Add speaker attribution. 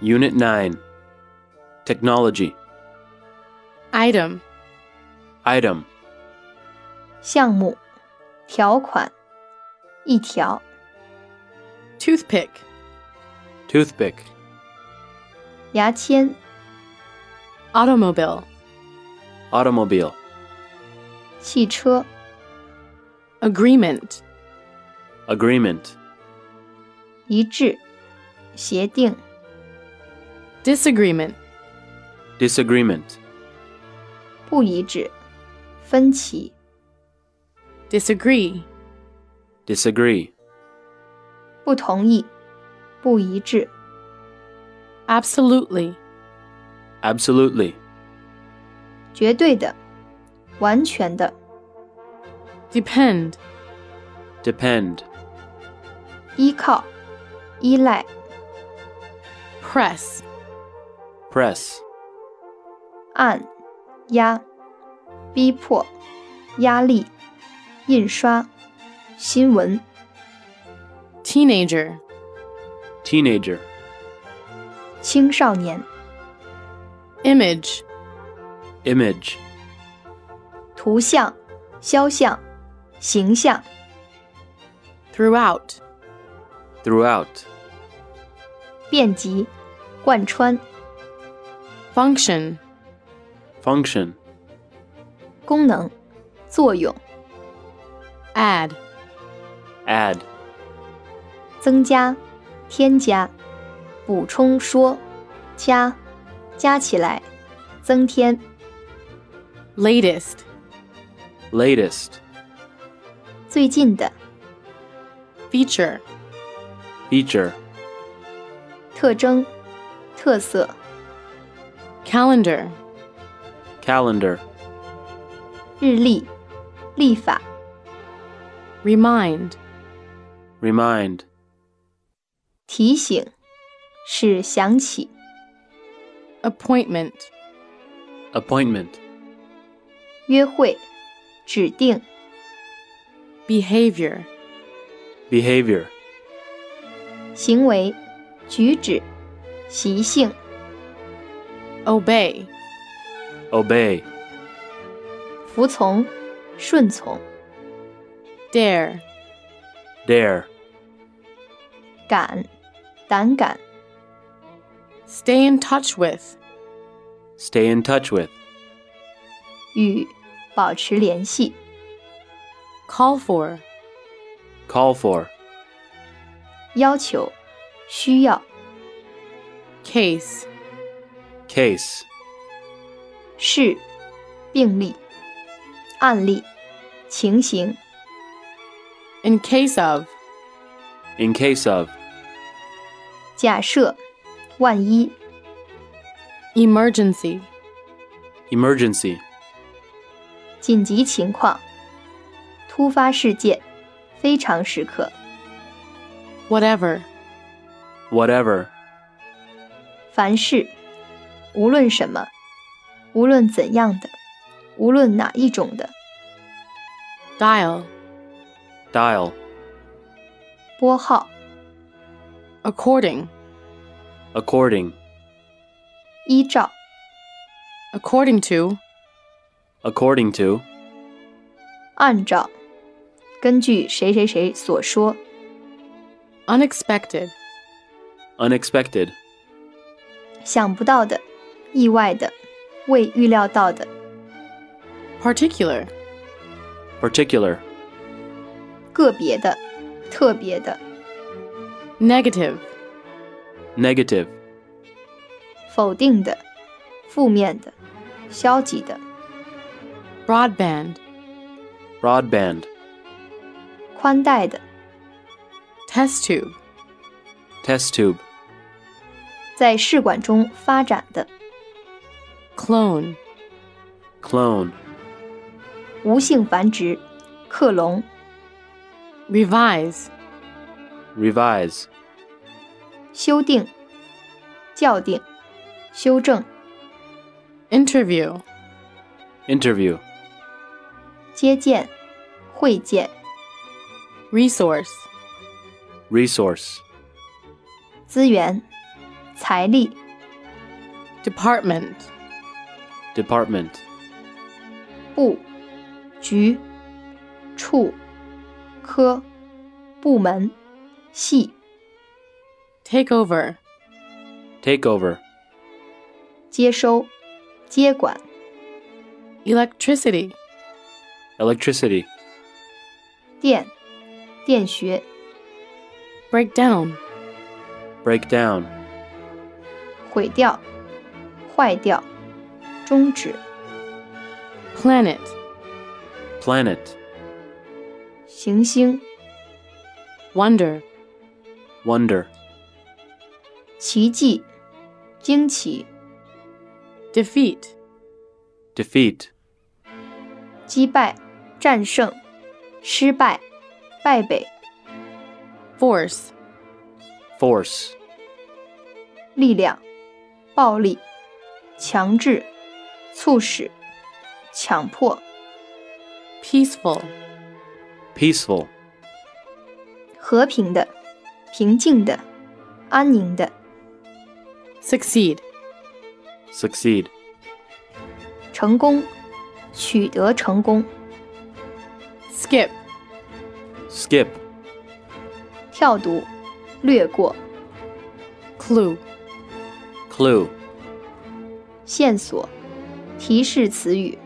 Speaker 1: Unit 9 Technology
Speaker 2: Item.
Speaker 1: Item
Speaker 3: 项目、条款、一条、
Speaker 2: Toothpick.
Speaker 1: Toothpick
Speaker 3: 牙签、
Speaker 2: Automobile.
Speaker 1: Automobile
Speaker 3: 汽车、
Speaker 2: Agreement.
Speaker 1: Agreement
Speaker 3: 一致、协定、
Speaker 2: Disagreement.
Speaker 1: Disagreement
Speaker 3: 不一致、分歧、
Speaker 2: Disagree.
Speaker 1: Disagree
Speaker 3: 不同意、不一致、
Speaker 2: Absolutely.
Speaker 1: Absolutely
Speaker 3: 绝对的、完全的、
Speaker 2: Depend.
Speaker 1: Depend
Speaker 3: 依靠、依赖、
Speaker 2: Press.
Speaker 1: Press
Speaker 3: 按、压、逼迫、压力、印刷、新闻、
Speaker 2: Teenager.
Speaker 1: Teenager
Speaker 3: 青少年、
Speaker 2: Image.
Speaker 1: Image
Speaker 3: 图像、肖像、形象、
Speaker 2: Throughout.
Speaker 1: Throughout
Speaker 3: 遍及、贯穿、
Speaker 2: Function.
Speaker 1: Function
Speaker 3: 功能、作用、
Speaker 2: Add.
Speaker 1: Add
Speaker 3: 增加、添加、补充说、加、加起来、增添、
Speaker 2: Latest.
Speaker 1: Latest
Speaker 3: 最近的、
Speaker 2: Feature.
Speaker 1: Feature
Speaker 3: 特征、特色、
Speaker 2: Calendar.
Speaker 1: Calendar
Speaker 3: 日历、历法、
Speaker 2: Remind.
Speaker 1: Remind
Speaker 3: 提醒、使想起、
Speaker 2: Appointment.
Speaker 1: Appointment
Speaker 3: 约会、指定、
Speaker 2: Behavior.
Speaker 1: Behavior
Speaker 3: 行为、举止、习性、
Speaker 2: Obey.
Speaker 1: Obey
Speaker 3: 服从、顺从、
Speaker 2: Dare.
Speaker 1: Dare
Speaker 3: 敢、胆敢、
Speaker 2: Stay in touch with.
Speaker 1: Stay in touch with
Speaker 3: 与保持联系、
Speaker 2: Call for.
Speaker 1: Call for
Speaker 3: 要求、需要、
Speaker 2: Case.
Speaker 1: Case
Speaker 3: 是、病例、案例、情形、
Speaker 2: In case of.
Speaker 1: In case of
Speaker 3: 假设、万一、
Speaker 2: Emergency.
Speaker 1: Emergency
Speaker 3: 紧急情况、突发事件、非常时刻、
Speaker 2: Whatever.
Speaker 1: Whatever
Speaker 3: 凡事、无论什么、无论怎样的、无论哪一种的、
Speaker 2: Dial.
Speaker 1: Dial
Speaker 3: 拨号、
Speaker 2: According.
Speaker 1: According
Speaker 3: 依照、
Speaker 2: According to.
Speaker 1: According to
Speaker 3: 按照、根据谁谁谁所说、
Speaker 2: Unexpected.
Speaker 1: Unexpected
Speaker 3: 想不到的、意外的、未预料到的、
Speaker 2: Particular.
Speaker 1: Particular
Speaker 3: 个别的、特别的、
Speaker 2: Negative.
Speaker 1: Negative
Speaker 3: 否定的、负面的、消极的、
Speaker 2: Broadband.
Speaker 1: Broadband
Speaker 3: 宽带的、
Speaker 2: Test tube.
Speaker 1: Test tube
Speaker 3: 在试管中发展的、
Speaker 2: Clone.
Speaker 1: Clone
Speaker 3: 无性繁殖、克隆、
Speaker 2: Revise.
Speaker 1: Revise
Speaker 3: 修订、校订、修正、
Speaker 2: Interview.
Speaker 1: Interview
Speaker 3: 接见、会见、
Speaker 2: Resource.
Speaker 1: Resource
Speaker 3: 资源、财力、
Speaker 2: department,
Speaker 1: department,
Speaker 3: 部、局、处、科、部门、系、
Speaker 2: take over,
Speaker 1: take over,
Speaker 3: 接收、接管、
Speaker 2: electricity,
Speaker 1: electricity,
Speaker 3: 电、电学、
Speaker 2: break down,
Speaker 1: break down,
Speaker 3: 毁掉、坏掉、终止、
Speaker 2: planet,
Speaker 1: planet,
Speaker 3: 行星、
Speaker 2: wonder,
Speaker 1: wonder,
Speaker 3: 奇迹、惊奇、
Speaker 2: defeat,
Speaker 1: defeat,
Speaker 3: 击败、战胜、失败、败北、
Speaker 2: force,
Speaker 1: force,
Speaker 3: 力量、暴力、强制、促使、强迫、
Speaker 2: peaceful,
Speaker 1: peaceful,
Speaker 3: 和平的、平静的、安宁的、
Speaker 2: succeed,
Speaker 1: succeed,
Speaker 3: 成功、取得成功、
Speaker 2: skip,
Speaker 1: skip,
Speaker 3: 跳读、掠过、
Speaker 2: clue,
Speaker 1: clue,
Speaker 3: 线索、提示词语、